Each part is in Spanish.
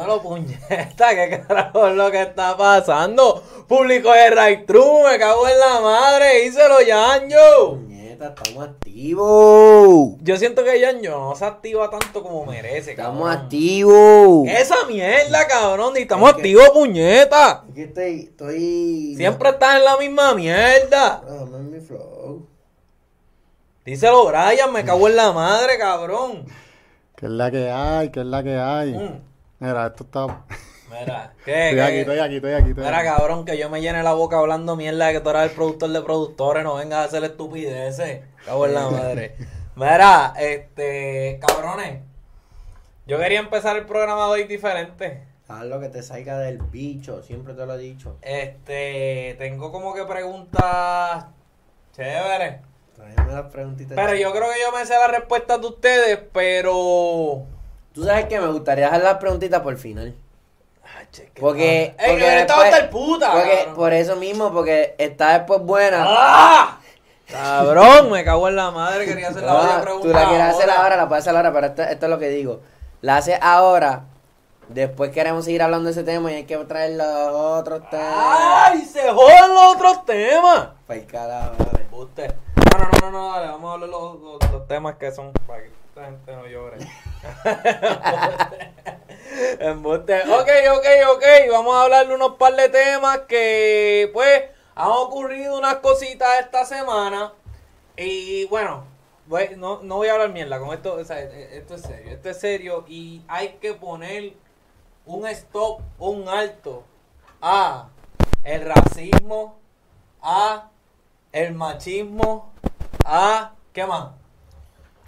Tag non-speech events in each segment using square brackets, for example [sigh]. yo, puñeta, ¿qué carajo es lo que está pasando? Público de Right True, me cago en la madre, díselo, Yanjo. Puñeta, estamos activos. Yo siento que Yanjo no se activa tanto como merece, Estamos cabrón. activos. Esa mierda, cabrón, ni estamos Es que- activos, puñeta. Aquí estoy, estoy. Siempre estás en la misma mierda. Ah, no es mi flow. Díselo, Brian, me cago en la madre, cabrón. ¿Qué es la que hay? ¿Qué es la que hay? Mm. Eh, Mira, esto está. Mira, ¿qué? Estoy qué? aquí, estoy aquí, estoy aquí. Estoy Mira, aquí. cabrón, que yo me llene la boca hablando mierda de que tú eras el productor de productores, no vengas a hacer estupideces. Cago en la madre. Mira, este, cabrones, yo quería empezar el programa de hoy diferente. Haz lo que te salga del bicho, siempre te lo he dicho. Este, tengo como que preguntas chéveres. Tráeme las preguntitas. Pero yo creo que yo me sé las respuestas de ustedes, pero... Tú sabes que me gustaría dejar las preguntitas por el final. Ay, che, que- Porque. Ey, porque que eres después- hasta el puta, porque- cabrón. Por eso mismo, porque está después buena. ¡Ah! Cabrón, me cago en la madre, quería hacer la Ah, otra tú pregunta. la quieres hacer ahora, la puedes hacer ahora, pero esto, esto es lo que digo. La haces ahora, después queremos seguir hablando de ese tema y hay que traer los otros temas. ¡Ay! Se jodan los otros temas. Pa'l carajo, vale. Usted. No, no, no, no, no, dale, vamos a hablar los, los, los temas que son para que esta gente no llore. Embuste. Ok, ok, ok. Vamos a hablar de unos par de temas que, pues, han ocurrido unas cositas esta semana. Y bueno, voy- no, no voy a hablar mierda con esto. o sea, e- esto es serio, esto es serio. Y hay que poner un stop, un alto a el racismo, a el machismo, a. ¿Qué más?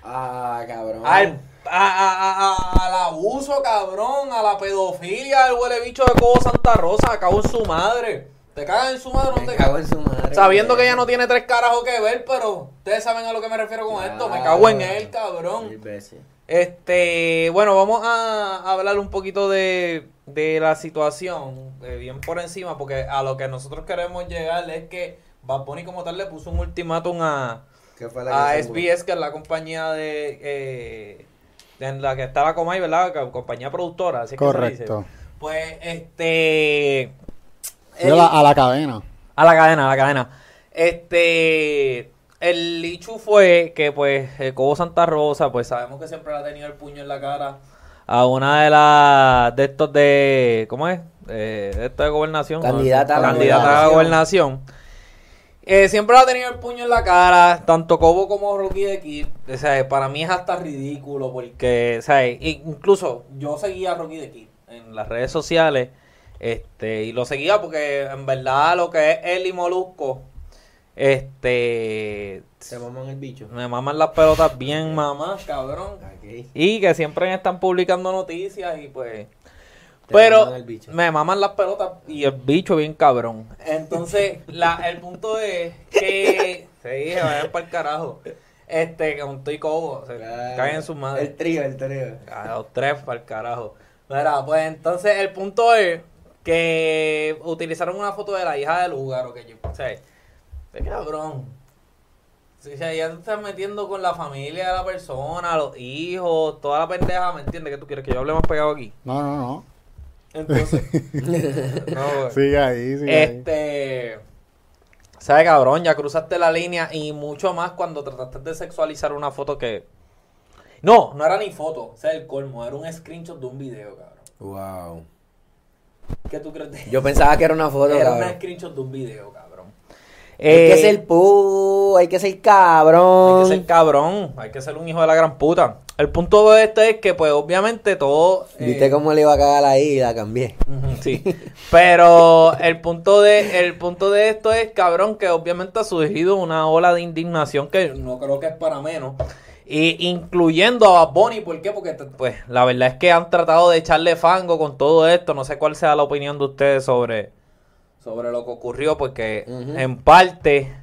Ah, cabrón. Al, a- a- a- a- al abuso, cabrón, a la pedofilia, al huele bicho de Cobo Santa Rosa, cago en su madre. Te cagas en su madre, no me te cago cagas. en su madre. Sabiendo que ya ella no tiene tres carajos que ver, pero ustedes saben a lo que me refiero con esto. Me cago en él, Mil cabrón. veces. Este, bueno, vamos a hablar un poquito de, de la situación, eh, bien por encima, porque a lo que nosotros queremos llegar es que Bad Bunny como tal le puso un ultimátum a, ¿Qué fue a que se murió? SBS, que Ah, es la compañía de eh, en la que está la Comay, ¿verdad? La compañía productora, así es que se dice. Correcto. Pues, este... Yo la- a la cadena. A la cadena, a la cadena. Este, el lichu fue que pues el Cobo Santa Rosa, pues sabemos que siempre le ha tenido el puño en la cara a una de las de estos de ¿cómo es? Eh, de estos de gobernación. a Candidata a la la candidata a la gobernación. Eh, siempre le ha tenido el puño en la cara, tanto Cobo como Rocky de Kid. O sea, para mí es hasta ridículo porque, o sea, incluso yo seguía a Rocky de Kid en las redes sociales. Este, y lo seguía porque en verdad lo que es él y Molusco, este, Se maman el bicho. me maman las pelotas bien mamás, cabrón. Aquí. Y que siempre están publicando noticias y pues... Te Pero maman el bicho. me maman las pelotas y el bicho bien cabrón. Entonces, la, el punto es [laughs] que... Sí, se vayan para el carajo. Este, que un cobo, se Claro. caen en sus madres. El trío, el trío. A los tres para el carajo. Mira, pues entonces el punto es que utilizaron una foto de la hija del lugar o que yo. O sea, qué cabrón. Si si ya te estás metiendo con la familia de la persona, los hijos, toda la pendeja, ¿me entiendes? ¿Qué tú quieres que yo hable más pegado aquí? No, no, no. Entonces. [laughs] no, güey. Sigue ahí, sigue ahí. Pues, Este. ¿Sabes, cabrón? Ya cruzaste la línea y mucho más cuando trataste de sexualizar una foto que. No, no era ni foto. O sea, el colmo. Era un screenshot de un video, cabrón. Wow. ¿Qué tú crees? de- Yo pensaba que era una foto, Era cabrón. un screenshot de un video, cabrón. Hay Eh, que ser pu, hay que ser Hay cabrón. que ser cabrón. Hay que ser un hijo de la gran puta. El punto de este es que, pues, obviamente, todo. eh, ¿Viste cómo le iba a cagar ahí y la cambié? Ujú, Sí. Pero el punto de el punto de esto es, cabrón, que obviamente ha surgido una ola de indignación que no creo que es para menos. Y incluyendo a Bad Bunny, ¿por qué? Porque pues la verdad es que han tratado de echarle fango con todo esto. No sé cuál sea la opinión de ustedes sobre, sobre lo que ocurrió, porque Ujú. en parte,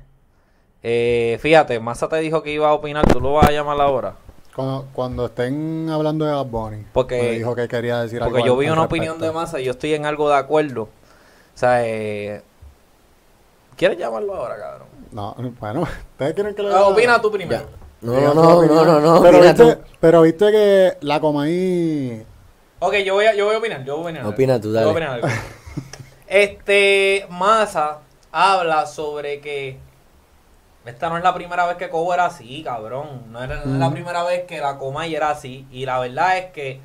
eh, fíjate, Massa te dijo que iba a opinar, tú lo vas a llamar ahora. Cuando, cuando estén hablando de Bad Bunny, Porque- me dijo que quería decir algo. Porque yo al- vi al una opinión de respecto. masa y yo estoy en algo de acuerdo. O sea, eh, ¿quieres llamarlo ahora, cabrón? No, [laughs] bueno, ustedes quieren que le Ah, opina tú primero. No, Diga no, su no, no, opinión. no, no. Pero mira viste, tú. pero viste que la Comay Ok, yo voy a, yo voy a opinar, yo voy a opinar. Opina tú, Yo voy a dale. opinar [laughs] algo. Este, Massa habla sobre que esta no es la primera vez que Cobo era así, cabrón. No era no es la Mm. primera vez que la coma y era así. Y la verdad es que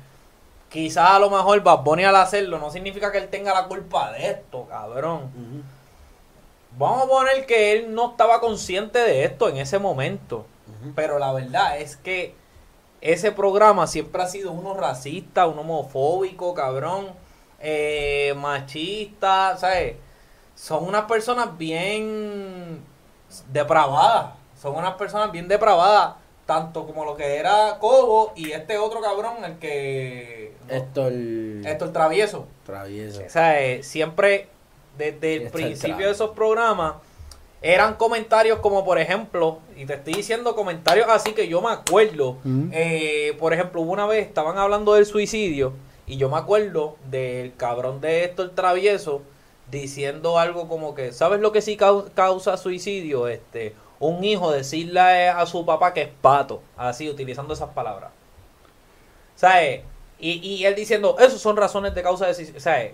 quizás a lo mejor Bad Bunny al hacerlo no significa que él tenga la culpa de esto, cabrón. Vamos a poner que él no estaba consciente de esto en ese momento. Pero la verdad es que ese programa siempre ha sido uno racista, uno homofóbico, cabrón, eh, machista, ¿sabes? Son unas personas bien depravadas. Son unas personas bien depravadas. Tanto como lo que era Cobo y este otro cabrón, el que. Esto el. Esto el travieso. Travieso. O sea, eh, siempre desde el Está el principio trago. de esos programas eran comentarios como por ejemplo, y te estoy diciendo comentarios así que yo me acuerdo, Mm. eh, por ejemplo, hubo una vez estaban hablando del suicidio y yo me acuerdo del cabrón de Héctor Travieso diciendo algo como que, ¿sabes lo que sí cau- causa suicidio? Este, un hijo decirle a su papá que es pato, así utilizando esas palabras. ¿Sabes? Y, y él diciendo, esos son razones de causa de suicidio. ¿Sabes?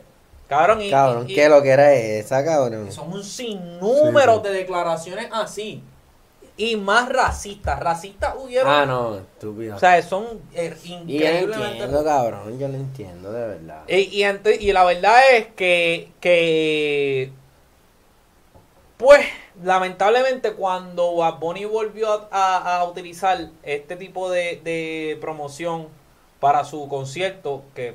Cabrón, y, Cabrón, y- y- ¿qué lo que era esa, cabrón? son un sinnúmero Sí, sí. de declaraciones así. Y más racistas. Racistas hubieron. Ah, no, estúpido. O sea, son eh, y yo lo increíblemente. Eh, entiendo, cabrón, yo lo entiendo, de verdad. Y, y ante- y la verdad es que, que, pues, lamentablemente cuando Bad Bunny volvió a, a- a utilizar este tipo de, de promoción para su concierto, que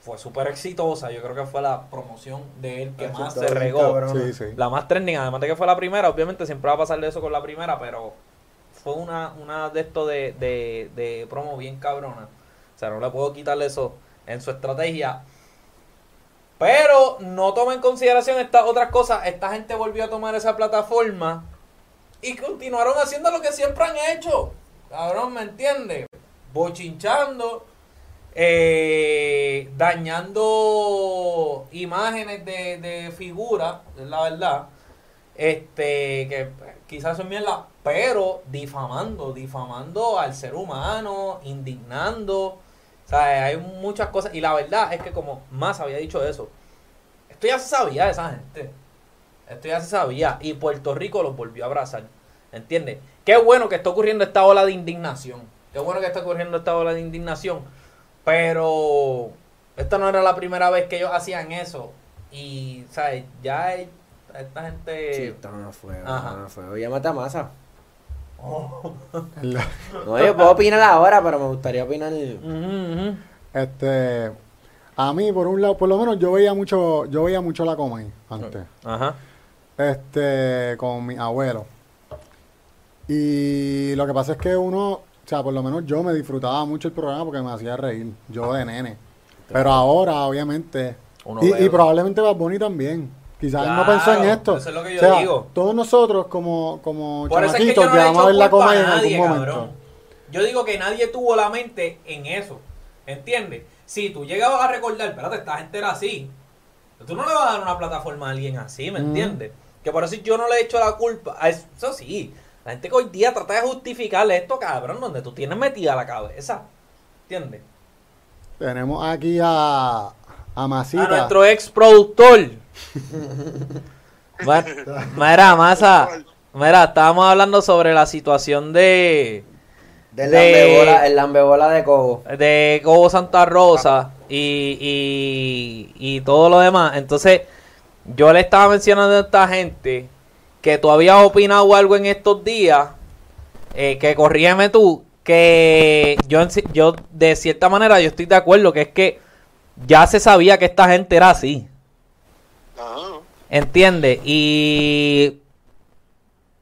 fue súper exitosa, yo creo que fue la promoción de él que más se Resultó bien, regó. cabrón. Sí, sí. La más trending, además de que fue la primera, obviamente siempre va a pasarle eso con la primera, pero fue una, una de esto de, de, de promo bien cabrona. O sea, no le puedo quitarle eso en su estrategia. Pero no toma en consideración estas otras cosas. Esta gente volvió a tomar esa plataforma y continuaron haciendo lo que siempre han hecho. Cabrón, ¿me entiendes? Bochinchando, eh, dañando imágenes de, de figuras, es la verdad. Este, que pues, quizás son mierda, pero difamando, difamando al ser humano, indignando. O sea, hay muchas cosas. Y la verdad es que como más había dicho eso, esto ya se sabía de esa gente. Esto ya se sabía. Y Puerto Rico los volvió a abrazar. ¿Entiendes? Qué bueno que está ocurriendo esta ola de indignación. Qué bueno que está ocurriendo esta ola de indignación. Pero esta no era la primera vez que ellos hacían eso. Y, ¿sabes? Ya hay- esta gente... [laughs] Sí, estaban a fuego, Ajá. estaban a fuego. Ya mata masa. Oh. La- No, yo puedo opinar ahora, pero me gustaría opinar. Ujú, ujú. Este, a mí, por un lado, por lo menos yo veía mucho, yo veía mucho la Comay antes, Ajá. este, con mi abuelo. Y lo que pasa es que uno, o sea, por lo menos yo me disfrutaba mucho el programa porque me hacía reír, yo de nene. Pero ahora, obviamente, Uno y, ve- y probablemente Bad Bunny también. Quizás él no Claro, pensó en esto. eso es lo que yo O sea, digo. Todos nosotros como, como Por eso es que chamaquitos yo no le vamos echo a ver la culpa Comay a en nadie, algún momento. cabrón. Yo digo que nadie tuvo la mente en eso. ¿Entiendes? Si tú llegabas a recordar, espérate, esta gente era así. Tú no le vas a dar una plataforma a alguien así, ¿me Mm. entiendes? Que por eso yo no le echo la culpa. A Eso eso sí. La gente que hoy día trata de justificarle esto, cabrón, donde tú tienes metida la cabeza. ¿Entiendes? Tenemos aquí a, a Masita. A nuestro ex productor. Ma- Mira, masa. Mira, estábamos hablando sobre la situación de. Del De- lambebola, el lambebola de Cobo. de Cobo Santa Rosa y, y, y todo lo demás. Entonces, yo le estaba mencionando a esta gente que tú habías opinado algo en estos días, eh, que corrígeme tú, que yo, en ci- yo de cierta manera yo estoy de acuerdo, que es que ya se sabía que esta gente era así. Ajá. ¿Entiendes? Y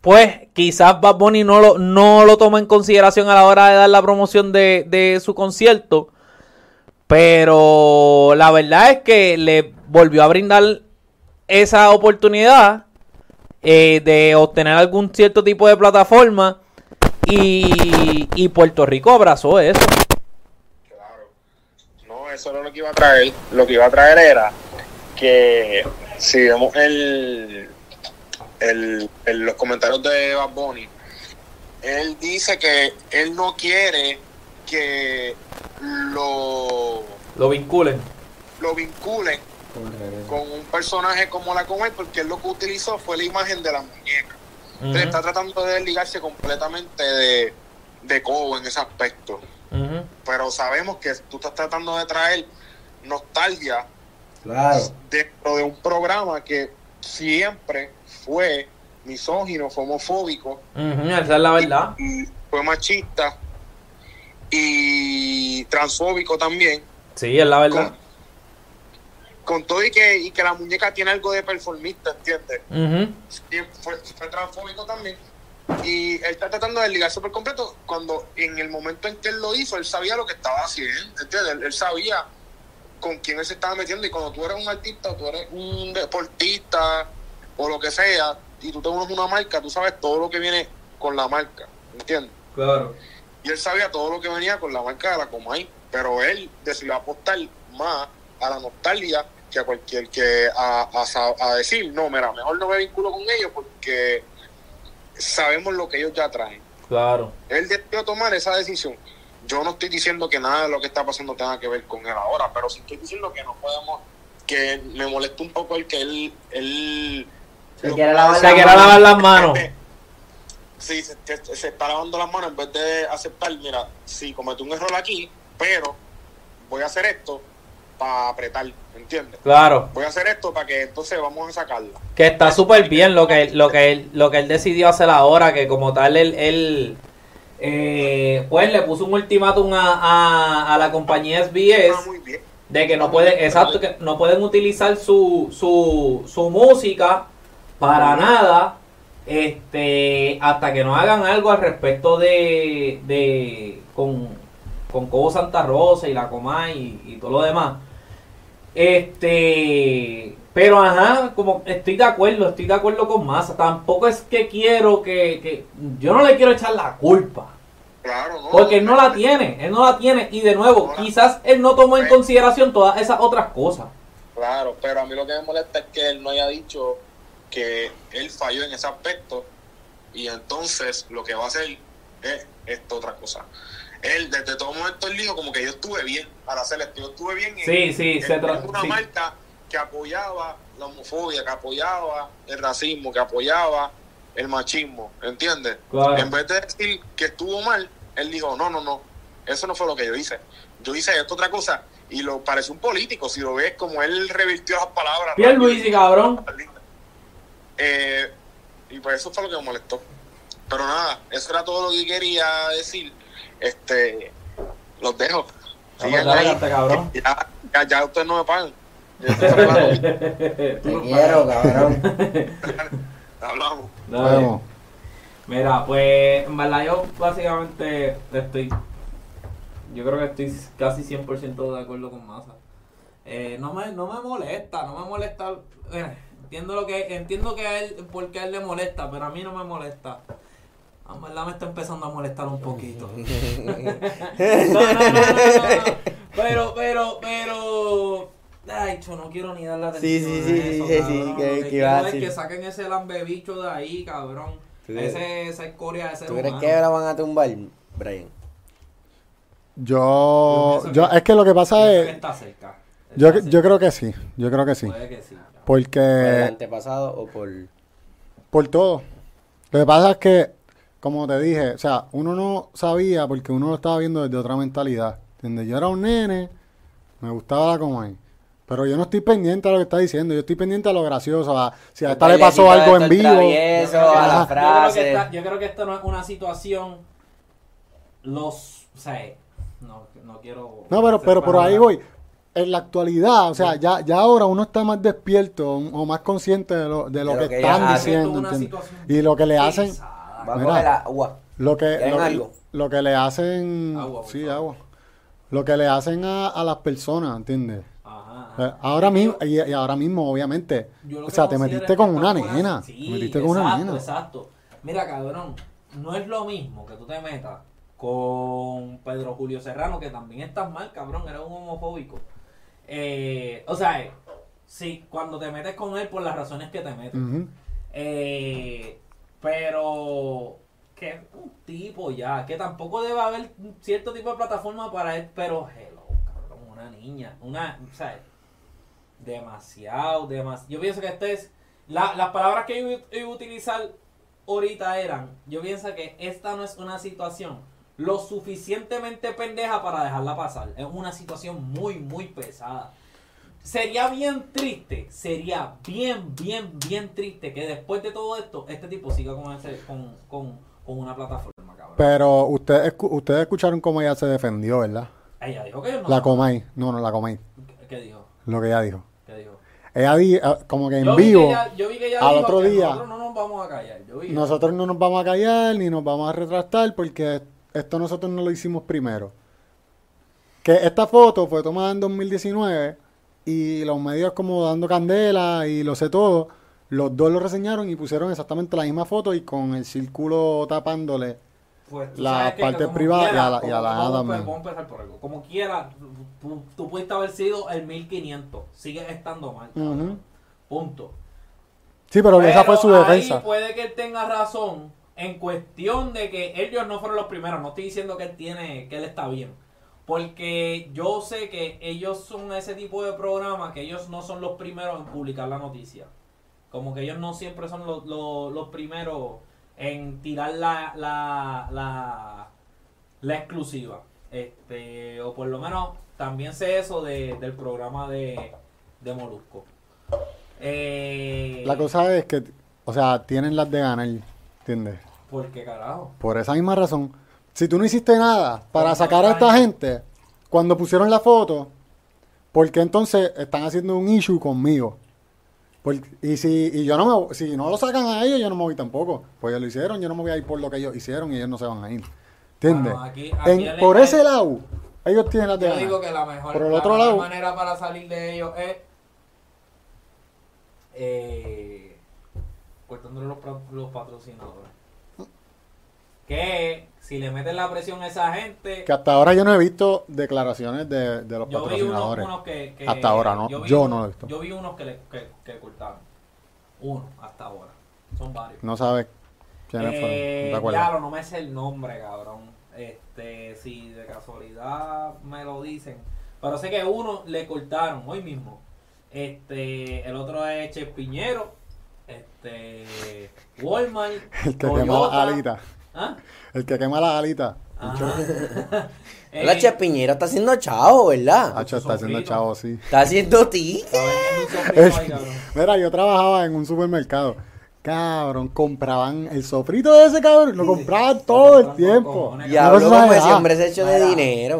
pues quizás Bad Bunny no lo, no lo toma en consideración a la hora de dar la promoción de, de su concierto. Pero la verdad es que le volvió a brindar esa oportunidad eh, de obtener algún cierto tipo de plataforma. Y, y Puerto Rico abrazó eso. Claro. No, eso era lo que iba a traer. Lo que iba a traer era que si vemos el, el, el- los comentarios de Bad Bunny, él dice que él no quiere que lo Lo vinculen. lo vinculen con un personaje como la Comay, porque él lo que utilizó fue la imagen de la muñeca. Entonces está tratando de desligarse completamente de, de Cobo en ese aspecto. Ujú. Pero sabemos que tú estás tratando de traer nostalgia Claro. dentro de un programa que siempre fue misógino, fue homofóbico, Ujú, Esa es la verdad. y fue machista y transfóbico también. Sí, es la verdad. Con, con todo y que, y que la muñeca tiene algo de performista, ¿entiendes? Ujú. Sí, fue, fue transfóbico también. Y él está tratando de desligarse por completo cuando en el momento en que él lo hizo, él sabía lo que estaba haciendo, ¿entiendes? Él, él sabía con quién él se estaba metiendo y cuando tú eres un artista o tú eres un deportista o lo que sea y tú te unes a una marca, tú sabes todo lo que viene con la marca, ¿entiendes? Claro. Y él sabía todo lo que venía con la marca de la Comay, pero él decidió apostar más a la nostalgia que a cualquier que a, a sa- a decir, no, mira, mejor no me vinculo con ellos porque sabemos lo que ellos ya traen. Claro. Él decidió tomar esa decisión. Yo no estoy diciendo que nada de lo que está pasando tenga que ver con él ahora, pero sí estoy diciendo que no podemos, que me molesta un poco el que él... él Se lo- quiere lavar Se quiere lavar las manos. Eh, Sí, se, se- se está lavando las manos en vez de aceptar, mira, sí, cometí un error aquí, pero voy a hacer esto para apretar, ¿entiendes? Claro. Voy a hacer esto para que entonces vamos a sacarla. Que está súper bien lo que, lo, que él, lo que él decidió hacer ahora, que como tal él, él eh, pues le puso un ultimátum a, a, a la compañía SBS Ah, muy bien. de que no pueden, exacto, que no pueden utilizar su, su, su música para nada este hasta que no hagan algo al respecto de, de con, con Cobo Santa Rosa y la Comay y, y todo lo demás. Este, pero ajá, como estoy de acuerdo, estoy de acuerdo con Massa. Tampoco es que quiero que, que yo no le quiero echar la culpa. Claro, ¿no? Porque él no la tiene, él no la tiene. Y de nuevo, quizás él no tomó en consideración todas esas otras cosas. Claro, pero a mí lo que me molesta es que él no haya dicho que él falló en ese aspecto y entonces lo que va a hacer es esta otra cosa. Él desde todo momento él dijo como que yo estuve bien al hacer esto, yo estuve bien en, Sí, sí, en se trata. una marca que apoyaba la homofobia, que apoyaba el racismo, que apoyaba el machismo, ¿entiendes? Claro. En vez de decir que estuvo mal, él dijo, no, no, no, eso no fue lo que yo hice. Yo hice esto otra cosa y lo parece un político, si lo ves como él revirtió las palabras. Pierluisi, cabrón. Eh, y pues eso fue lo que me molestó. Pero nada, eso era todo lo que quería decir. Este, los dejo. Sigan dale, ahí. hasta, cabrón. Ya, ya, ya ustedes no me pagan. Ya ustedes me [laughs] pagan. este Te quiero, cabrón. Hablamos. Dale. Vemos. Mira, pues en verdad yo básicamente estoy. Yo creo que estoy casi 100% de acuerdo con Massa. Eh, no, me, no me molesta, no me molesta. eh, entiendo lo que entiendo que a él, porque a él le molesta, pero a mí no me molesta. En verdad me está empezando a molestar un poquito. No, no, no, no, no, [laughs] no. Pero, pero, pero. Ay, yo no quiero ni dar la Sí, atención. sí, a sí, eso, sí, sí, cabrón. que- Lo que quiero iba a es decir. que saquen ese lambebicho de ahí, cabrón. Sí. Ese, esa escoria de ese ¿Tú crees humano. que la van a tumbar, Brian? Yo, Yo pienso yo, que- es que lo que pasa Pienso que es, Está cerca. yo, Está yo cerca. creo que sí, yo creo que sí, Puede que sí. cabrón. ¿Por el porque antepasado o por...? por todo. Lo que pasa es que, como te dije, o sea, uno no sabía porque uno lo estaba viendo desde otra mentalidad. ¿Entiendes? Yo era un nene, me gustaba la Comay, pero yo no estoy pendiente a lo que está diciendo, yo estoy pendiente a lo gracioso, a si a esta le pasó Bailecito algo de en todo el vivo. Yo travieso, creo que- yo a creo la que frase. esta- Yo creo que esto no es una situación. Los. O sea, no, no quiero. No, pero, pero por ahí voy. En la actualidad, o sea, ya, ya ahora uno está más despierto un- o más consciente de lo, de lo De que, lo que están ellos hacen. diciendo. Esto es una ¿entiendes? situación Y lo que le hacen, Pesada. Va a Mira. coger agua. lo que, ¿Quieren lo, algo? lo que le hacen, Agua, por sí, favor. agua. Lo que le hacen a, a las personas, ¿entiendes? Ajá, O ajá. sea, Ahora mismo, y, y ahora mismo, obviamente. Yo lo O que sea, te considero metiste es con que una estamos nena. hablando- Te Sí, metiste con una exacto, nena. Exacto. Mira, cabrón, no es lo mismo que tú te metas con Pedro Julio Serrano, que también estás mal, cabrón, eres un homofóbico. Eh, o sea, eh, sí, cuando te metes con él por las razones que te metes. Ujú. Eh, pero que es un tipo ya, que tampoco debe haber cierto tipo de plataforma para él, pero hello, cabrón, una niña. Una, ¿sabes? Demasiado, demasiado. Yo pienso que este es. la- las palabras que yo iba- iba a utilizar ahorita eran. Yo pienso que esta no es una situación lo suficientemente pendeja para dejarla pasar. Es una situación muy, muy pesada. Sería bien triste, sería bien, bien, bien triste que después de todo esto, este tipo siga con, ese, con, con, con una plataforma, cabrón. Pero ustedes, escu- ustedes escucharon cómo ella se defendió, ¿verdad? Ella dijo que yo no. La Comay. No, no, la Comay. ¿Qué- ¿Qué dijo? Lo que ella dijo. ¿Qué dijo? Ella di- ah, como que en Yo vi que vivo, ella- yo vi que ella al dijo otro que día- Nosotros no nos vamos a callar. Yo vi. nosotros no nos vamos a callar ni nos vamos a retractar porque esto nosotros no lo hicimos primero. Que esta foto fue tomada en 2019 y los medios como dando candela y lo sé todo, los dos lo reseñaron y pusieron exactamente la misma foto y con el círculo tapándole. Pues, tú la sabes que parte como privada y a la- y como- a la vamos nada, empe- man. Vamos a empezar por algo. Como quiera, tú, tú pudiste haber sido el 1500. Sigue estando mal. cabrón. Ujú. Punto. Sí, pero, esa fue su ahí defensa. puede que él tenga razón en cuestión de que ellos no fueron los primeros. No estoy diciendo que él tiene, que él está bien. Porque yo sé que ellos son ese tipo de programa que ellos no son los primeros en publicar la noticia. Como que ellos no siempre son los, los- los primeros en tirar la, la, la, la exclusiva. Este, o por lo menos también sé eso de- del programa de, de Molusco. Eh, La cosa es que, o sea, tienen las de ganar, ¿entiendes? ¿Por qué carajo? Por esa misma razón, si tú no hiciste nada para Por sacar a esta favor. gente, cuando pusieron la foto, ¿por qué entonces están haciendo un issue conmigo? Por- y si y yo no me, si no lo sacan a ellos, yo no me voy tampoco. Pues ellos lo hicieron, yo no me voy a ir por lo que ellos hicieron y ellos no se van a ir. ¿Entiendes? Bueno, aquí- aquí En- el- por el- ese lado, ellos tienen las de Yo ganar. digo que la mejor, Por el la otro mejor lado- manera para salir de ellos es eh, cortándole los, pro- los patrocinadores. Que si le meten la presión a esa gente, Que hasta ahora yo no he visto declaraciones de, de los yo vi unos, patrocinadores. unos que, que- Hasta ahora no, vi yo unos- no lo he visto. Yo vi unos que, le, que, que cortaron. Uno, hasta ahora. Son varios. No sabes quiénes fueron. Eh, ¿No te acuerdas? claro, no me sé el nombre, cabrón. Este, si de casualidad me lo dicen. Pero sé que uno le cortaron hoy mismo. Este, el otro es Chespiñero. Este, Walmart. [laughs] El que Toyota. quema las alitas. ¿Ah? El que quema las alitas. [laughs] Ajá. La Eh, Chepiñera está haciendo chavo, ¿verdad? Hacho, está haciendo sofrito. chavo, sí. Está haciendo ti. está vendiendo un [laughs] sofrito ahí, cabrón. Mira, yo trabajaba en un supermercado. Cabrón, compraban el sofrito de ese cabrón. Lo compraban todo compraban el con tiempo. cojones, Y habló No como exageraba. ese Eh, hombre se hecho de Mira. dinero.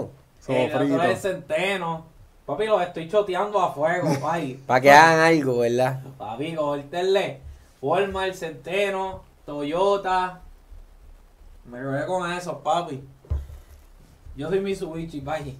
El otro Sofrito. es Centeno. Papi, los estoy choteando a fuego, [laughs] papi. Para que hagan algo, ¿verdad? Papi, córtenle. Walmart, Centeno, Toyota. Me quedé con eso, papi. Yo soy Mitsubishi, bye.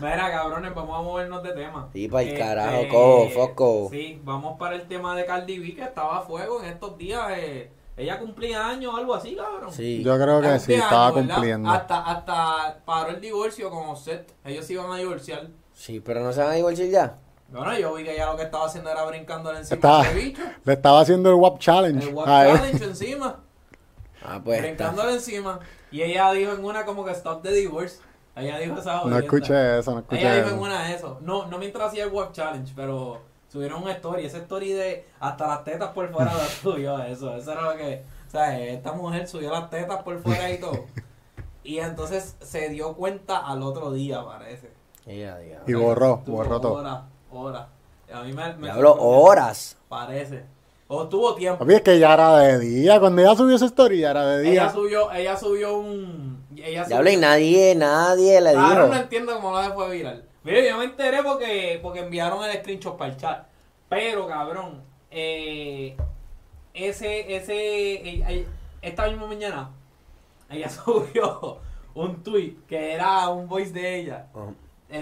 Mira, cabrones, vamos a movernos de tema. Este, Sí, pa'l carajo, cojo, foco. Sí, vamos para el tema de Cardi B, que estaba a fuego en estos días. eh, ella cumplía años o algo así, cabrón. [laughs] Sí. Yo creo que Ella sí, cumplía estaba años, ¿verdad? Ah, cumpliendo. Hasta, hasta paró el divorcio con Offset. Ellos se iban a divorciar. Sí, pero no se van a divorciar ya. Bueno, yo vi que ella lo que estaba haciendo era brincándole encima Estaba- de bicho. Le estaba haciendo el WAP Challenge. El WhatsApp a él. challenge encima, Ah, pues. brincándole encima. Y ella dijo en una como que stop the divorce. Ella dijo esa [laughs] No jodienda. escuché eso, no Ella escuché dijo en eso. una de eso. No, no mientras hacía el web challenge, pero subieron una story. Esa story de hasta las tetas por fuera [laughs] la subió eso. Eso era lo que. O sea, esta mujer subió las tetas por fuera y todo. Y entonces se dio cuenta al otro día, parece. Ya, ya. Y borró, Estuvo borró todo. Horas, horas. A mí me, me Ya habló sorprendió. horas. Parece. O tuvo tiempo. Papi, es que ya era de día. Cuando ella subió esa story, ya era de Ella día. subió, ella subió un. Ella Ya habló y subió- nadie, nadie le Ahora no dijo. entiendo cómo la fue viral. Mire, yo me enteré porque, porque enviaron el screenshot para el chat. Pero, cabrón, eh, ese, ese, eh, eh, esta misma mañana, ella [laughs] subió un tweet que era un voice de ella. Ajá.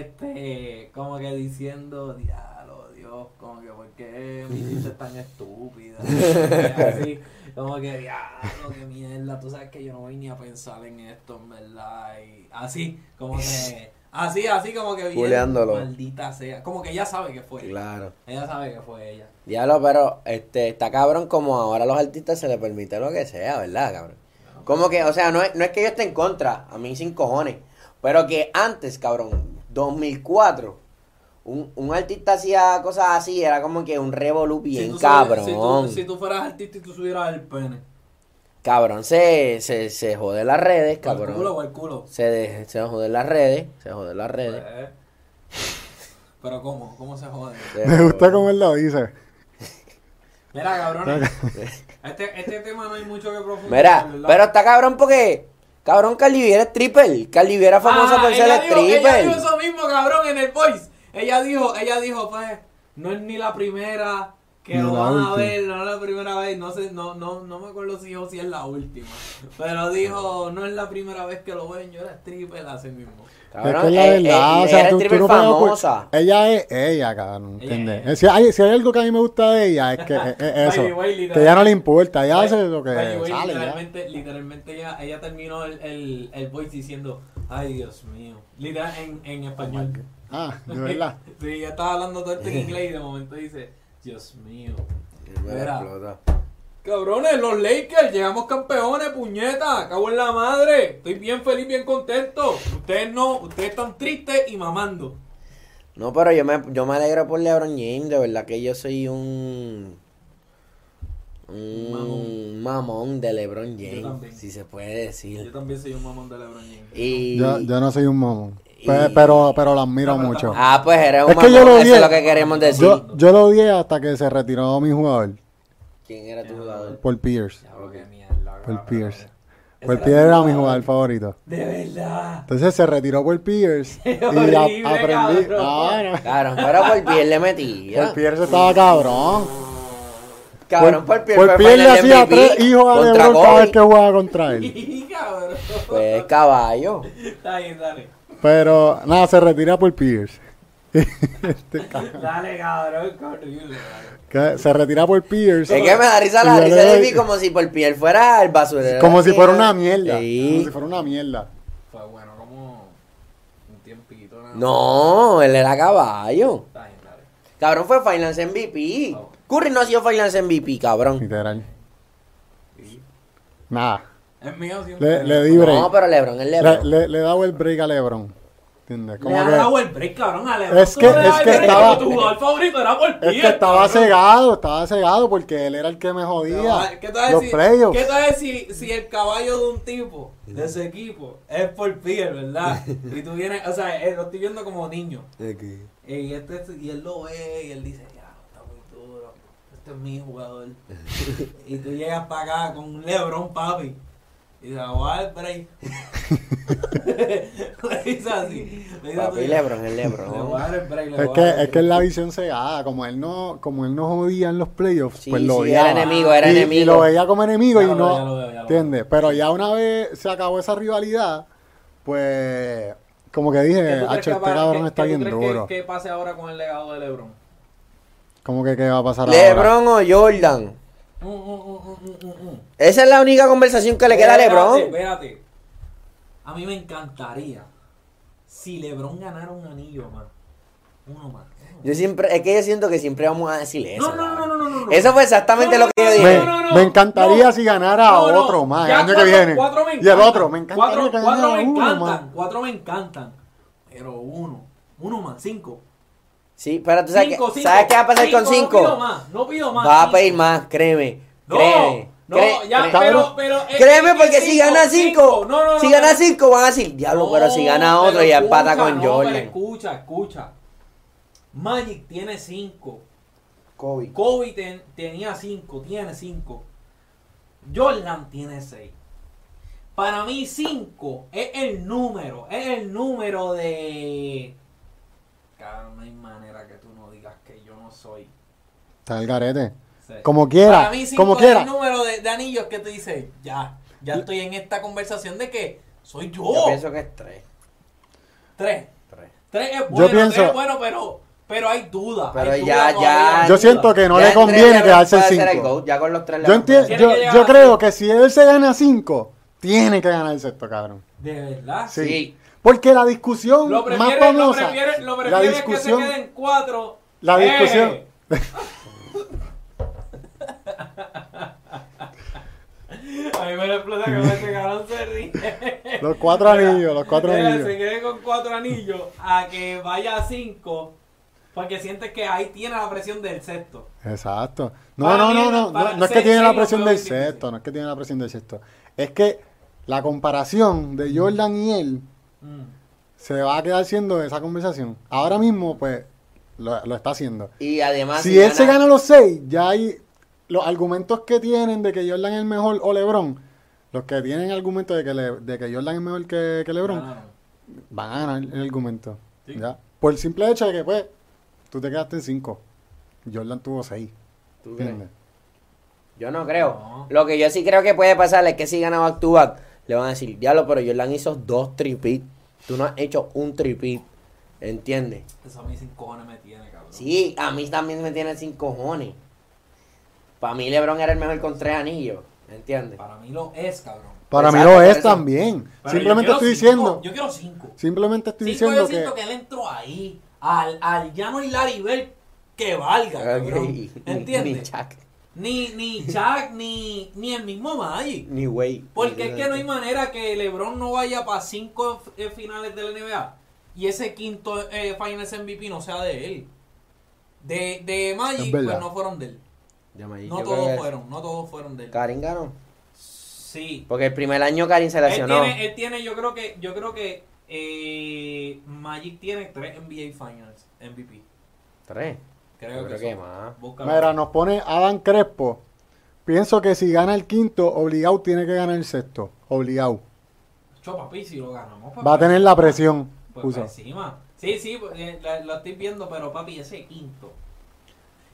Este, como que diciendo, diablo, Dios, como que, ¿por qué mi [laughs] dicha es tan estúpida? Así, como que, diablo, qué mierda, tú sabes que yo no voy ni a pensar en esto, en verdad. Y así, como que, así, así, como que, bien, Buleándolo. maldita sea. Como que ella sabe que fue ella. Claro. Ella sabe que fue ella. Diablo, pero este, está cabrón como ahora a los artistas se les permite lo que sea, ¿verdad, cabrón? Como que, o sea, no es, no es que yo esté en contra, a mí sin cojones. Pero que antes, cabrón, 2004, un, un artista hacía cosas así, era como que un revolú bien tú subieras- cabrón. si tú- si tú fueras artista y tú subieras el pene. Cabrón, se, se, se jode las redes, O el cabrón. culo o el culo. Se, de- se jode las redes, se jode las redes. Eh. Pero ¿cómo? ¿Cómo se jode? Se [laughs] Me gusta jode. cómo él lo dice. Mira, cabrones. Este, este tema no hay mucho que profundizar. Mira, ¿verdad? pero está cabrón porque, cabrón, Carly Viera es triple. Carly Viera es famosa Ah, por ser ella dijo- Ella dijo stripper. eso mismo, cabrón, en el voice. Ella dijo, ella dijo, pues, no es ni la primera que Ni lo la van a última. ver, no es la primera vez, no sé, no, no, no me acuerdo si dijo si es la última. Pero dijo, no es la primera vez que lo ven, yo era stripper así mismo. Cabrón, es que es la verdad, eh, o eh, sea, era tú- tú stripper no puedes ocult- famosa. Ella es ella, cabrón, ¿entiendes? Ella es. Si, hay, si hay algo que a mí me gusta de ella, es que es- es Baby, eso, baby, que literalmente. ya no le importa, ella hace Oye, lo que oye, güey, sale, ya. Pues, literalmente, literalmente ella, ella terminó el, el, el voice diciendo, ay Dios mío. Literal en, en español. Ah, de verdad. [laughs] sí, ella estaba hablando todo esto en inglés y de momento dice, Dios mío. Mira. Explota. Cabrones, los Lakers, llegamos campeones, puñeta, cago en la madre. Estoy bien feliz, bien contento. Ustedes no, ustedes están tristes y mamando. No, pero yo me, yo me alegro por LeBron James, de verdad que yo soy un... Un mamón, de LeBron Yo James, también. si se puede Yo decir. también soy un mamón de LeBron James. Y... Yo, yo no soy un mamón, y- pe- pero, pero la admiro No, pero mucho. Ah, pues eres un Es que yo mamón, lo eso odié. es lo que queremos decir. Yo, yo lo odié hasta que se retiró mi jugador, ¿Quién era tu Yo- jugador? Paul Pierce. Diablo, qué mierda, Paul cabrón. Pierce. Ese Paul era Pierce mi era mi jugador. jugador favorito. De verdad. Entonces se retiró Paul Pierce y [laughs] a- horrible, aprendí. cabrón. Ah, no. Claro, pero por piel le metía. Paul Pierce estaba cabrón. Cabrón, por piel. Por Pues, Pierre le hacía tres hijos a contra LeBron cada vez que Kobe. jugaba contra [laughs] él. Y cabrón. Pues caballo. [laughs] Está bien, dale. Pero nada, se retira por Pierce. [laughs] Este Dale, cabrón, qué horrible. cabrón. Que se retira por Es Pierce. que me da risa Y la yo risa le de doy- mí como si por piel fuera el basurero. Como así, si fuera ¿no? una mierda. Sí. Como si fuera una mierda. Fue bueno, como un tiempito. nada más. No, él era caballo. Está bien, dale. Cabrón fue Finance MVP. Oh. Curry no ha sido Finance MVP, cabrón. Literal. Sí. Nada. Es mío siempre. Le, le di break. No, pero Lebron, el le, Lebron. le, le daba el break a LeBron. ¿Entiendes? Como Le ha que- dado el break, cabrón, a Lebron. Es Tú que- no le dabas es el que break, estaba- pero Tu jugador favorito era por es que estaba cegado, estaba cegado porque él era el que me jodía. ah, ¿Qué tal Los si, playoffs. ¿qué tal si, si el caballo de un tipo, de su equipo, es por Pierre, verdad? [laughs] Y tú vienes, o sea, eh, lo estoy viendo como niño. Y, este, y él lo ve y él dice, ya, está muy duro. Este es mi [laughs] jugador. y tú llegas para acá con un Lebron, papi. Y dices, voy el [laughs] break. [laughs] le dices así. Le dices a tu Papi, hijo, Lebron, el le voy a [laughs] Lebron. dar el break. le Es voy a dar el que, es que es break. la visión cegada, como él no, como él no jodía en los playoffs, Sí, pues lo sí, era odiaba. enemigo, era y, y enemigo. lo veía como enemigo Ya y lo veo, no, ya lo veo, ya lo ¿entiendes? Pero ya una vez se acabó esa rivalidad, pues como que dije, ¿Qué tú crees "Hacho, que este va- cabrón qué- está qué tú bien crees que- duro." que pase ahora con el legado de LeBron? Como que qué va a pasar ahora. Lebron o Jordan. Mm, mm, mm, mm, mm, mm. Esa es la única conversación que le queda a Espérate, Lebron. Espérate. A mí me encantaría si LeBron ganara un anillo más. Uno más. Yo siempre, es que yo siento que siempre vamos a decir eso. No, no, no, no, no, no, no. Eso fue exactamente No, lo que yo no, dije. Me, no, no, me encantaría no. si ganara No, no, otro más el ya año cuatro- que viene. cuatro me y el encantan. otro, me encantaría Cuatro, que cuatro ganara me uno encantan. más. Cuatro me encantan. Pero uno. Uno más. Cinco. Sí, pero tú sabes, Cinco, que, cinco. ¿sabes qué va a pasar con No pido 5? más. No pido más. Va a cinco. pedir más, créeme. No, créeme. no, cre- ya, cre- pero, Cabrón. pero. es- créeme es que porque si cinco, gana No, 5, no, no. si pero- gana 5 van a decir, diablo, No, pero si gana pero otro ya empata escucha, con no, pero Jordan. Escucha, escucha. Magic tiene 5. Kobe. Kobe ten- tenía 5, tiene 5. Jordan tiene 6. Para mí 5 es el número, es el número de... Cabrón, no hay manera que tú no digas que yo no soy. Está el garete. Sí. Como quiera, Para mí cinco como es quiera. el número de, de anillos que te dice, ya, ya estoy en esta conversación de que soy yo. Yo pienso que es 3. Tres. 3. Tres es bueno, tres pienso- es bueno, pero, pero hay duda. Pero hay ya, duda todavía, hay ya. Yo duda. siento que no le conviene quedarse en cinco. Ya con los 3 Yo, entiendo, Tiene yo, que llegar yo a creo que si él se gana 5, tiene que ganar el sexto, cabrón. De verdad. Sí. Ah, Sí. Porque la discusión Lo más prefieres, lo famosa. prefieres, lo la prefieres que se discusión. queden cuatro. La ¡Eh! discusión. [laughs] A mí me lo explota que este cabrón se ríe. Los cuatro anillos, los [laughs] cuatro Mira, anillos. Se quede con cuatro anillos a que vaya a cinco, porque sientes que ahí tiene la presión del sexto. Exacto. No, Para no, mí, no, no, para no. no es ser- que tiene ser la lo presión peor del que tiene. sexto, no es que tiene la presión del sexto. Es que la comparación de Jordan y él se va a quedar siendo esa conversación. Ahora mismo, pues, lo, lo está haciendo. Y además. si él se gana los seis, ya hay los argumentos que tienen de que Jordan es el mejor o LeBron. Los que tienen argumentos de que, Le- de que Jordan es mejor que, que LeBron Ah, van a ganar el argumento. Sí. ¿ya? Por el simple hecho de que, pues, tú te quedaste en cinco. Jordan tuvo seis. ¿Tú crees? ¿Entiendes? Yo no creo. No. Lo que yo sí creo que puede pasar es que si gana back to back, le van a decir, diablo, pero Jordan hizo dos tripit. Tú no has hecho un tripit. ¿Entiendes? Eso a mí sin cojones me tiene, cabrón. Sí, a mí también me tienen sin cojones. Para mí LeBron era el mejor con tres anillos. ¿Entiendes? Para mí lo es, cabrón. Para mí Exacto, lo por es eso. también. Pero simplemente yo quiero estoy cinco, diciendo. Yo quiero cinco. Simplemente estoy Cinco yo diciendo siento que que. él entró ahí. Al, al Llano y Laribel que valga, cabrón. [laughs] Ok. [laughs] Ni ¿Entiendes? Chuck, Ni, ni Chuck, ni, ni el mismo Magic. ni Wade. Porque es que no hay manera que LeBron no vaya para cinco eh, finales de la NBA y ese quinto eh, Finals MVP no sea de él. De, de Es Magic, verdad. pues no fueron de él. Ya me- No yo creo todos que fueron, no todos fueron de él. Karim ganó. Sí. Porque el primer año Karim se Él lesionó. tiene, él tiene, yo creo que, yo creo que eh, Magic tiene tres NBA Finals MVP. Tres. Creo Yo que, creo que son. más. Búscalo. Mira, nos pone Adam Crespo. Pienso que si gana el quinto, obligado tiene que ganar el sexto. Obligado. Cho, papi, si lo ganamos. papi. Va a tener la presión. Pues puso. pa' encima. Sí, sí, porque la- lo estoy viendo, pero papi, ese quinto.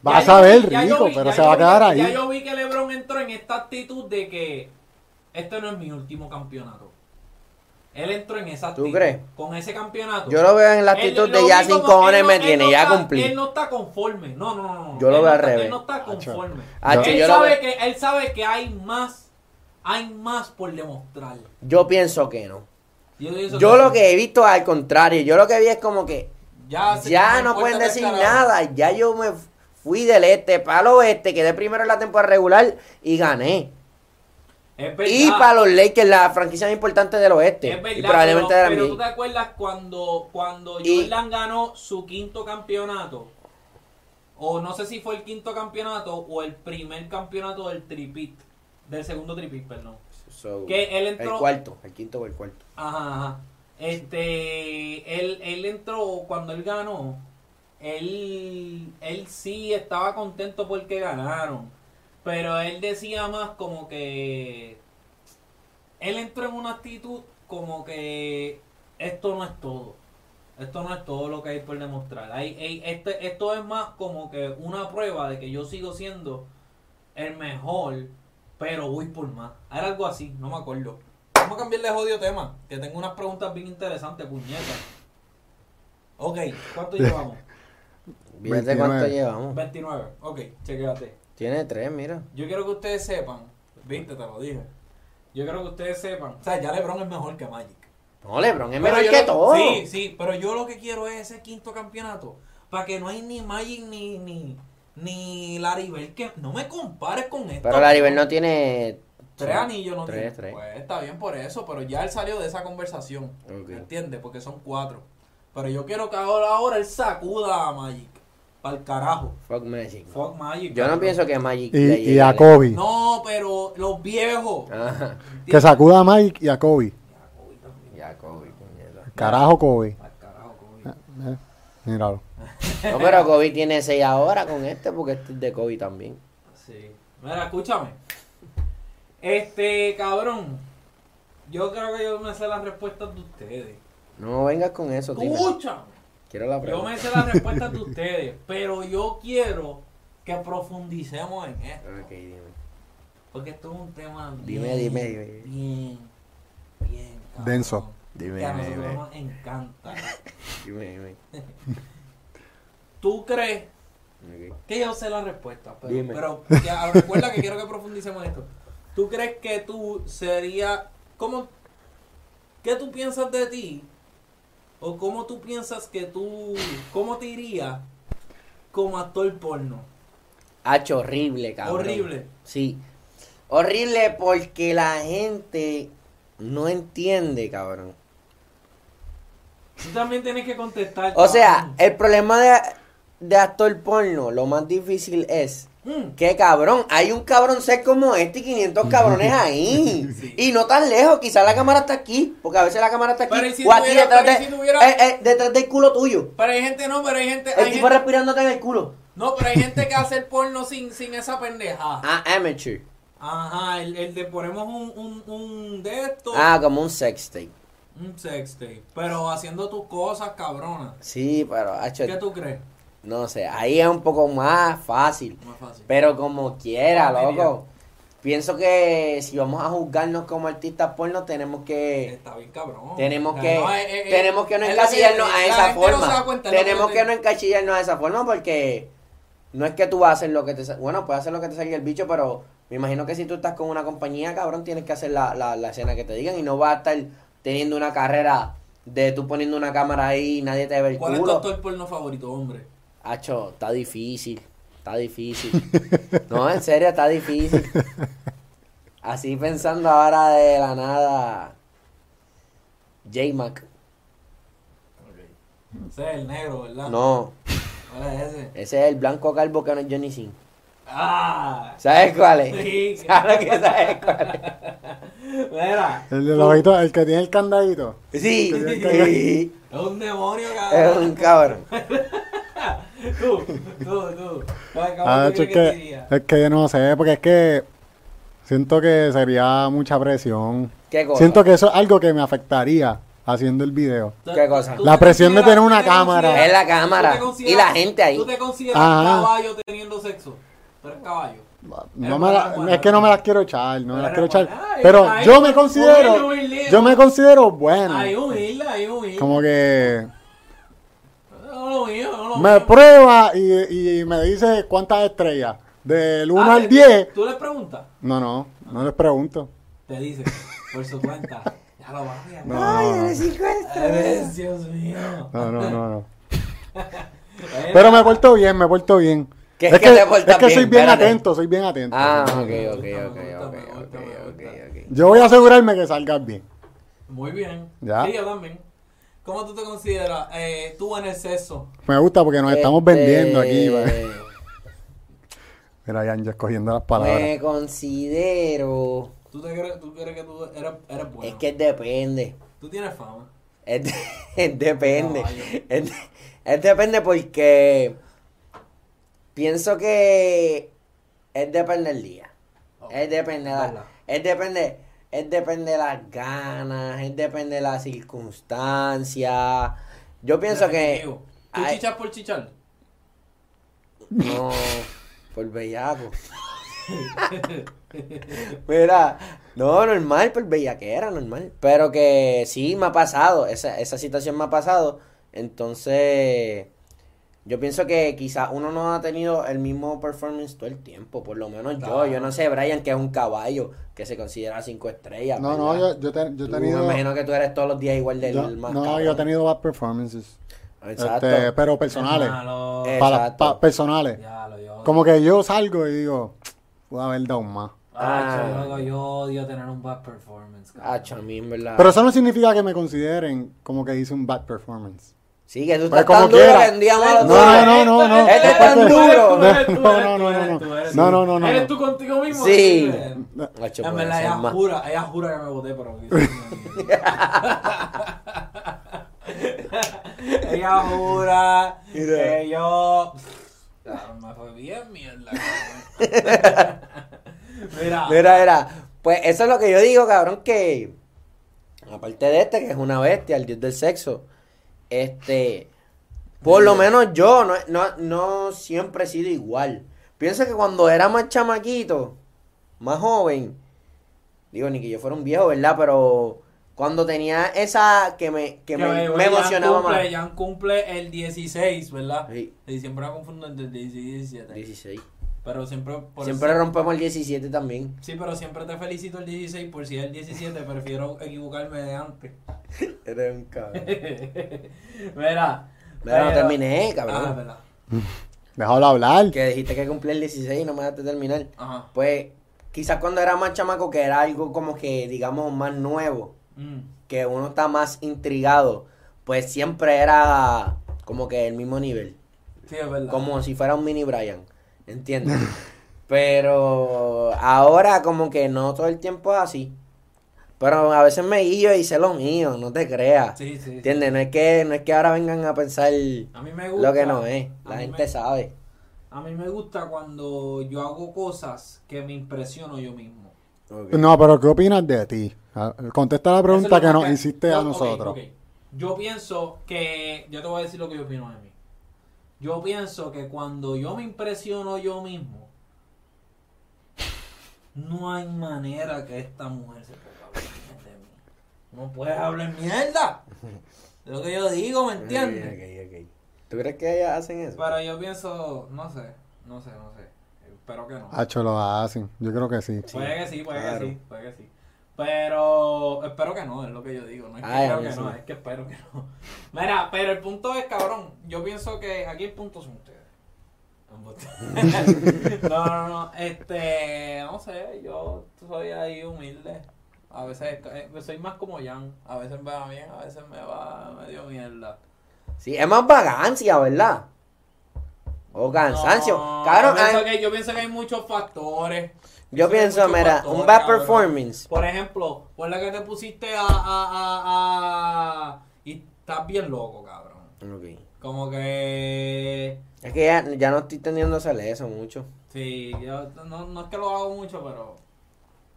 Va a Ya yo saber vi- ya yo rico, vi- pero ya se yo va a vi- quedar Ya ahí. yo vi que LeBron entró en esta actitud de que este no es mi último campeonato. Él entró en esa ¿Tú actitud. crees? Con ese campeonato. Yo lo veo en la Él- lo actitud de vi ya como- sin cojones él no- me él tiene, no ya está- cumplí. Él no está conforme. No, no, no. no. Yo lo Él veo no al está- revés. Él no está Acho. conforme. Acho, él, yo lo sabe veo- que, él sabe que hay más. Hay más por demostrar. Yo pienso que no. Yo, pienso Yo lo que he visto al contrario, yo lo que vi es como que Ya, se- ya no importa pueden tres decir carajos. nada, ya yo me fui del este para el oeste, quedé primero en la temporada regular y gané. es Y verdad. para los Lakers, la franquicia más importante del oeste. Es verdad, este, y probablemente pero, de la pero NBA. tú te acuerdas cuando, cuando Y- Jordan ganó su quinto campeonato, o no sé si fue el quinto campeonato o el primer campeonato del tripit, del segundo tripit, perdón. So, que él entró- El cuarto, el quinto o el cuarto. Ajá, ajá. Este, él, él entró, cuando él ganó, él, él sí estaba contento porque ganaron, pero él decía más como que, él entró en una actitud como que esto no es todo. Esto no es todo lo que hay por demostrar. Hay, hay- este, esto es más como que una prueba de que yo sigo siendo el mejor, pero voy por más. Era algo así, no me acuerdo. Vamos a cambiarle de jodido tema, que tengo unas preguntas bien interesantes, puñetas. Ok, ¿cuánto llevamos? Fíjate cuánto 29. llevamos. 29. Ok, chequéate. Tiene tres, mira. Yo quiero que ustedes sepan, viste, te lo dije. Yo quiero que ustedes sepan, o sea, ya LeBron es mejor que Magic. No, Lebron es Pero mejor yo que no- todo. Sí, sí, pero yo lo que quiero es ese quinto campeonato. Para que no hay ni Magic ni, ni, ni Laribel que. No me compares con esto. Pero Laribel no tiene. Tres anillos no Tres, tiene. tres. Pues está bien por eso, pero ya él salió de esa conversación. Ok. ¿Me entiendes? Porque son cuatro. Pero yo quiero que ahora, ahora él sacuda a Magic. Para el carajo. Fuck Magic. Fuck Magic. Yo no cabrón. pienso que Magic. le Y, y llegue a lejos. Kobe. No, pero los viejos. [laughs] Ajá. Que sacuda a Mike y a Kobe. Ya, Kobe, puñeta. Carajo, Kobe. Pa'l carajo, Kobe. Eh, míralo. No, [laughs] pero Kobe tiene 6 ahora con este, porque este es de Kobe también. Sí. Mira, escúchame. Este, cabrón. Yo creo que yo me sé las respuestas de ustedes. No vengas con eso, tío. Escúchame. Quiero la Yo pregunta. me sé las respuestas de ustedes, pero yo quiero que profundicemos en esto. Ok, dime. Porque esto es un tema bien. Dime, dime, dime. Bien. Bien. cabrón, Denso. Dime, Que a dime, nosotros dime. nos encanta. Dime, ¿Tú crees dime. Ok. Que yo sé la respuesta, pero, Dime. pero ya, recuerda que quiero que profundicemos en esto. ¿Tú crees que tú sería cómo qué tú piensas de ti o cómo tú piensas que tú cómo te iría como actor porno? Hacho horrible, cabrón. Horrible. Sí. Horrible porque la gente no entiende, cabrón. Tú también tienes que contestar. O sea, cabrón. el problema de, de actor porno, lo más difícil es Mm. que, cabrón, hay un cabrón set como este y [laughs] 500 cabrones ahí. Sí. Y no tan lejos, quizás la cámara está aquí, porque a veces la cámara está Pero aquí. ¿y si o aquí tuviera- detrás, pero de- ¿y si tuviera- eh, eh, detrás del culo tuyo. Pero hay gente, no, pero hay gente. El hay tipo gente- respirándote en el culo. No, pero hay gente que hace el porno sin, sin esa pendeja. Ah, amateur. Ajá, el, el de ponemos un, un, un de esto, Ah, como un sex tape. un sex tape, pero haciendo tus cosas, cabrona. Sí, pero, hacho, ¿Qué tú crees? no sé, ahí es un poco más fácil. Más fácil. Pero como quiera, Ah, mira. loco. Pienso que si vamos a juzgarnos como artistas porno, tenemos que... Está bien, cabrón. Tenemos No, que, eh, eh, eh, tenemos que no es la encasillarnos que- a la esa gente no se da forma. cuenta, es lo tenemos yo que te- no encasillarnos a esa forma porque no es que tú haces lo que te sa- bueno, puedes hacer lo que te salga el bicho, pero me imagino que si tú estás con una compañía, cabrón, tienes que hacer la, la, la escena que te digan y no vas a estar teniendo una carrera de tú poniendo una cámara ahí y nadie te ve el ¿Cuál es tu culo. actor porno favorito, hombre? Hacho, está difícil, está difícil. no, en serio, está difícil. Así pensando ahora de la nada. J-Mac. Ese es el negro, ¿verdad? No, ¿Cuál es ese? ese es el blanco calvo que no es Johnny Sin. ¡Ah! ¿Sabes cuál es? Sí. [laughs] Claro que sabes cuál Mira, El del ojito, el que tiene el candadito. es. [laughs] Sí, sí, es un demonio, es cabrón. un cabrón. Tú, tú, tú. ¿Cuál, cabrón, Ah, tú es crees que que, diría? es que yo no sé, porque es que siento que sería mucha presión. ¿Qué cosa? Siento que eso es algo que me afectaría haciendo el video. ¿Qué cosa? ¿Tú La te presión de consideras- tener una tú te cámara. consideras- Es la tú te cámara. consideras- Y la gente ahí. ¿Tú te consideras Ajá. caballo teniendo sexo? Tú eres caballo. No me la- es que no me las quiero echar, no me las quiero echar. Ay, Pero ay, yo me un considero, humilde. yo me considero bueno. pues, Hay un hilo, hay un hilo. Como que No lo mío, no lo me mío. prueba y, y me dice cuántas estrellas. Del 1 Ah, al te- 10. Tú le preguntas, No, no, no les pregunto. te dice, por su cuenta. Ya lo vas a No, no, no. Eres, Dios mío. No, no, [laughs] no, no. Eres- Pero me porto bien, me porto bien. ¿Qué es que te portas es que soy bien? bien Espérate. atento, soy bien atento. Ah, ok, gusta, ok, me ok, gusta, ok, me gusta, ok, me ok, gusta. ok. Yo voy a asegurarme que salgas bien. Muy bien. Ya. Sí, yo también. ¿Cómo tú te consideras eh, tú en el sexo? Me gusta porque nos estamos Este, vendiendo aquí. va. Mira, Jan, ya escogiendo las palabras. Me considero. ¿Tú, te crees, tú crees que tú eres, eres bueno? Es que depende. Tú tienes fama. Es, de- [laughs] es depende. Caballo. Es, de- es depende porque pienso que es depende del día. Es depende de Verdad. la, es depende, es depende de las ganas, es depende de las circunstancias. Yo pienso que Definitivo. ¿Tú ay, chichas por chichar? no por bellaco. Mira, no, normal, por bellaquera, normal. Pero que sí me ha pasado, esa, esa situación me ha pasado. Entonces, yo pienso que quizá uno no ha tenido el mismo performance todo el tiempo, por lo menos yo. Claro. Yo no sé, Brian, que es un caballo que se considera cinco estrellas. No, no, ¿verdad? yo, yo, te- yo Tú, he tenido. Me imagino que tú eres todos los días igual del yo- más no, cabrón. yo he tenido bad performances. Exacto. Este, pero personales. Malo. Eh, Para, exacto. pa- personales. Ya lo Ah, yo. Como que yo salgo y digo, voy a haber dado más. Ah, Ah. yo, yo odio tener un bad performance. cabrón. Ah, chamín, ¿verdad? Pero eso no significa que me consideren como que hice un bad performance. Sí, que tú Pues estás como tan duro quiera. que un día malo No, tú eres. no, no, no. Este es tan Tú eres tú, duro. eres tú, No, eres no, tú, no, eres no, tú, no. eres No, tú. no, no, no, Eres no. tú contigo mismo. Sí. eres tú. Macho, En puede verdad, ser ella más. jura, ella jura que me voté, pero. [laughs] ella jura que yo. Claro, me fue bien mierda. cabrón. Mira, Mira, mira, pues eso es lo que yo digo, cabrón, que aparte de este, que es una bestia, el dios del sexo, este, por lo menos yo no, no, no siempre he sido igual. Pienso que cuando era más chamaquito, más joven, digo, ni que yo fuera un viejo, ¿verdad? Pero cuando tenía esa que me, que me, me Jan emocionaba cumple, más. Jan cumple el 16, ¿verdad? Sí. Y siempre me confundo entre el 16 y el 17. 16. Pero siempre. Por Siempre rompemos el 17 también. Sí, pero siempre te felicito el 16, por si es el 17, prefiero equivocarme de antes. [laughs] Eres un cabrón. Mira. Mira, no pero- terminé, Ah, es cabrón. verdad. Déjalo hablar. Que dijiste que cumplí el 16 y no me dejaste terminar. Ajá. Pues quizás cuando era más chamaco, que era algo como que, digamos, más nuevo, Mm. que uno está más intrigado, pues siempre era como que el mismo nivel. Sí, es verdad. Como si fuera un mini Brian, ¿entiendes? Pero ahora como que no todo el tiempo es así. Pero a veces me guío y sé lo mío, no te creas. Sí, sí, sí. ¿Entiendes? No es que, no es que ahora vengan a pensar A mí me gusta. lo que no es. a La mí gente me- sabe. A mí me gusta cuando yo hago cosas que me impresiono yo mismo. No, pero ¿qué opinas de ti? Ah, Contesta la Eso pregunta es lo que nos me- hiciste No, a ok, nosotros. ok. Yo pienso que. Yo te voy a decir lo que yo opino de mí. Yo pienso que cuando yo me impresiono yo mismo, no hay manera que esta mujer se ponga a hablar bien de mí. No puedes hablar mierda. De lo que yo digo, ¿me entiendes? ¿Tú crees que ellas hacen eso? Pero yo pienso, no sé, no sé, no sé. Espero que no. Hacho lo hacen. Yo creo que sí. puede que sí, puede Ah, claro. que sí, puede que sí. Pero espero que no, es lo que yo digo. No es que Ay, a creo mí que no, sí. es que espero que no. [laughs] Mira, pero el punto es, cabrón, yo pienso que aquí el punto son ustedes. [laughs] No, no, no, este, no sé, yo soy ahí humilde. A veces eh, soy más como Jan, a veces me va bien, a veces me va medio mierda. Sí, es más vagancia, ¿verdad? O cansancio. No, Cabrón, yo, pienso ah, que, yo pienso que hay muchos factores. yo que hay pienso, muchos mira, factores, un bad cabrón. performance. Por ejemplo, por la que te pusiste a, a, a, a- Y estás bien loco, cabrón. Ok. Como que... Es que ya, ya no estoy teniendo a hacer eso mucho. Sí, yo no, no es que lo hago mucho, pero...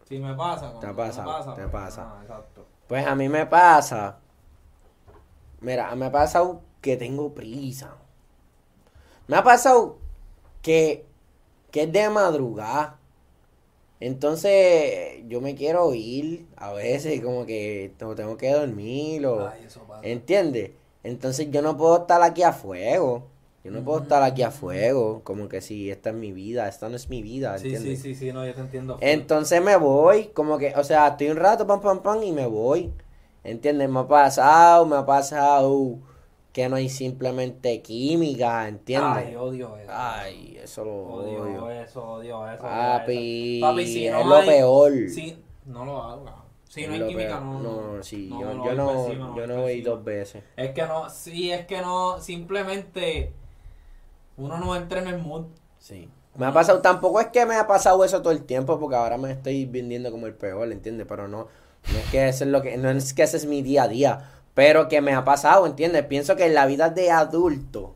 Si me pasa. cuando Te me pasa, te pues, pasa. ah, exacto. Pues a mí me pasa. Mira, me ha pasado que tengo prisa. Me ha pasado que, que es de madrugada. Entonces yo me quiero ir a veces, como que tengo- tengo que dormir o... Ay, eso pasa. ¿Entiendes? Entonces yo no puedo estar aquí a fuego. Yo no puedo estar aquí a fuego. Como que si esta es mi vida, esta no es mi vida. Sí, ¿entiendes? sí, sí, sí, no, yo te entiendo. Entonces me voy, como que, o sea, estoy un rato, pam, pam, pam, y me voy. ¿Entiendes? Me ha pasado, me ha pasado que no hay simplemente química, Ay, ¿entiendes? odio eso. Ay, eso lo Odio, odio. eso, odio eso. Papi, odio eso. Papi, si no es lo hay- peor. Si, no lo hago, cabrón. Si Es no hay lo química, peor. no. No, sí, yo, me lo yo doy no, por encima, me lo doy yo no por voy dos encima. veces. Es que no, sí, es que no, simplemente uno no entra en el mood. Sí. Me ha pasado, tampoco es que me ha pasado eso todo el tiempo, porque ahora me estoy vendiendo como el peor, ¿entiendes? Pero no, no es que eso es lo que, no es que ese es mi día a día, pero que me ha pasado, ¿entiendes? Pienso que en la vida de adulto,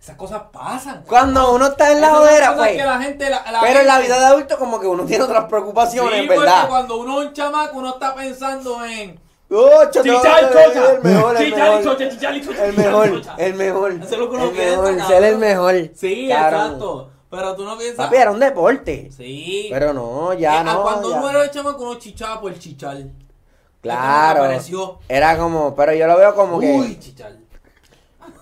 Esas cosas pasan. cuando uno está en la Esas son jodera, cosas pues, que la gente, la- la pero en la gente- vida de adulto como que uno tiene otras Sí, preocupaciones, porque ¿verdad? cuando uno es un chamaco, uno está pensando en Ocho, no, chichar no, chocha, el mejor, el chichar mejor, chocha, chichar y chocha, el chichar y mejor, chocha. el mejor, Eso es lo que uno el piensa, mejor, cabrón. ser el mejor. Sí, Cabrón. exacto. Pero tú no piensas. Papi, era un deporte, sí. pero no, ya Eh, no, Cuando ya. uno era chamaco, uno chichaba por el chichar. Claro. Este Apareció. Era como, pero yo lo veo como que. Uy, chichar. [laughs]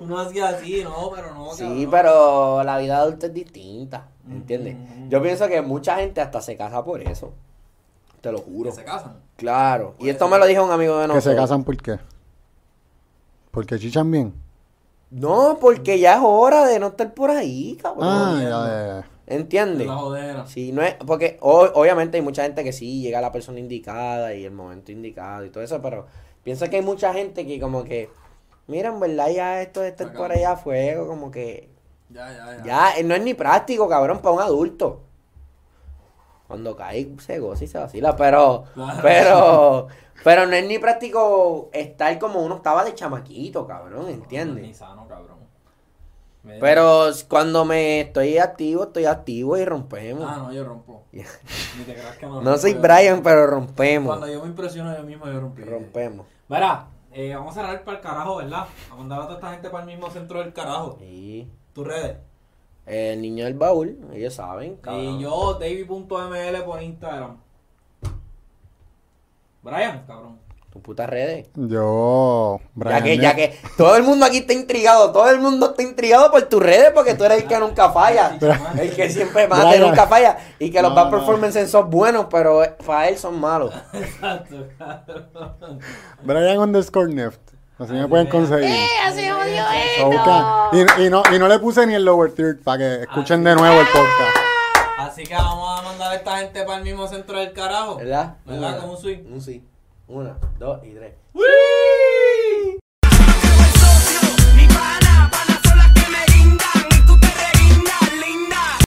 uno hacía así, no, pero no. sí, cabrón. Mm, pero la vida adulta es distinta, ¿entiendes? Ujú. Yo pienso que mucha gente hasta se casa por eso. Te lo juro. Que se casan. Claro. Y Puede esto ser. me lo dijo un amigo de Que se nosotros. casan por qué. Porque chichan bien. No, porque ya es hora de no estar por ahí, cabrón. Ah, ya, ya, ya. De ¿Entiendes? la jodera. Sí, no es, porque o- obviamente hay mucha gente que sí llega la persona indicada y el momento indicado y todo eso, pero pienso que hay mucha gente que como que, mira, en verdad ya esto de estar Acabó. por allá a fuego, como que Ya, ya, ya. Ya, eh, no es ni práctico, cabrón, para un adulto. Cuando cae, se goza y se vacila, pero, Claro. pero, pero no es ni práctico estar como uno estaba de chamaquito, cabrón, No, ni ¿entiendes? sano, cabrón. Me- Pero cuando me estoy activo, estoy activo y Ah, rompemos. no, yo rompo. Ya. Ni te creas que no No rompo, soy yo- Brian, pero Cuando rompemos. yo me impresiono yo mismo, yo rompí. Rompemos. Verá, eh, vamos a cerrar para el carajo, ¿verdad? A mandar a toda esta gente para el mismo centro del carajo. Y Tus redes. el niño del baúl, ellos saben, cabrón. Y yo, David.ml por Instagram. Brian, cabrón. Tus putas redes. Yo, Ya Brian que, Díaz. ya que todo el mundo aquí está intrigado, todo el mundo está intrigado por tus redes porque tú eres el que nunca falla. [laughs] El [laughs] que siempre mata y Brian. nunca falla. Y que los No, bad no. performances son buenos, pero para él son [laughs] malos. Exacto, cabrón. Brian underscore Neft. Así me Así pueden es. conseguir. Así jodió eh, Ah, Lo buscan. Y, y no, y no le puse ni el lower third para que escuchen de nuevo el podcast. Así que vamos a mandar a esta gente para el mismo centro del carajo. ¿Verdad? ¿Verdad? Una, Con un swing. Un sí. Una, dos y tres. ¡Wii!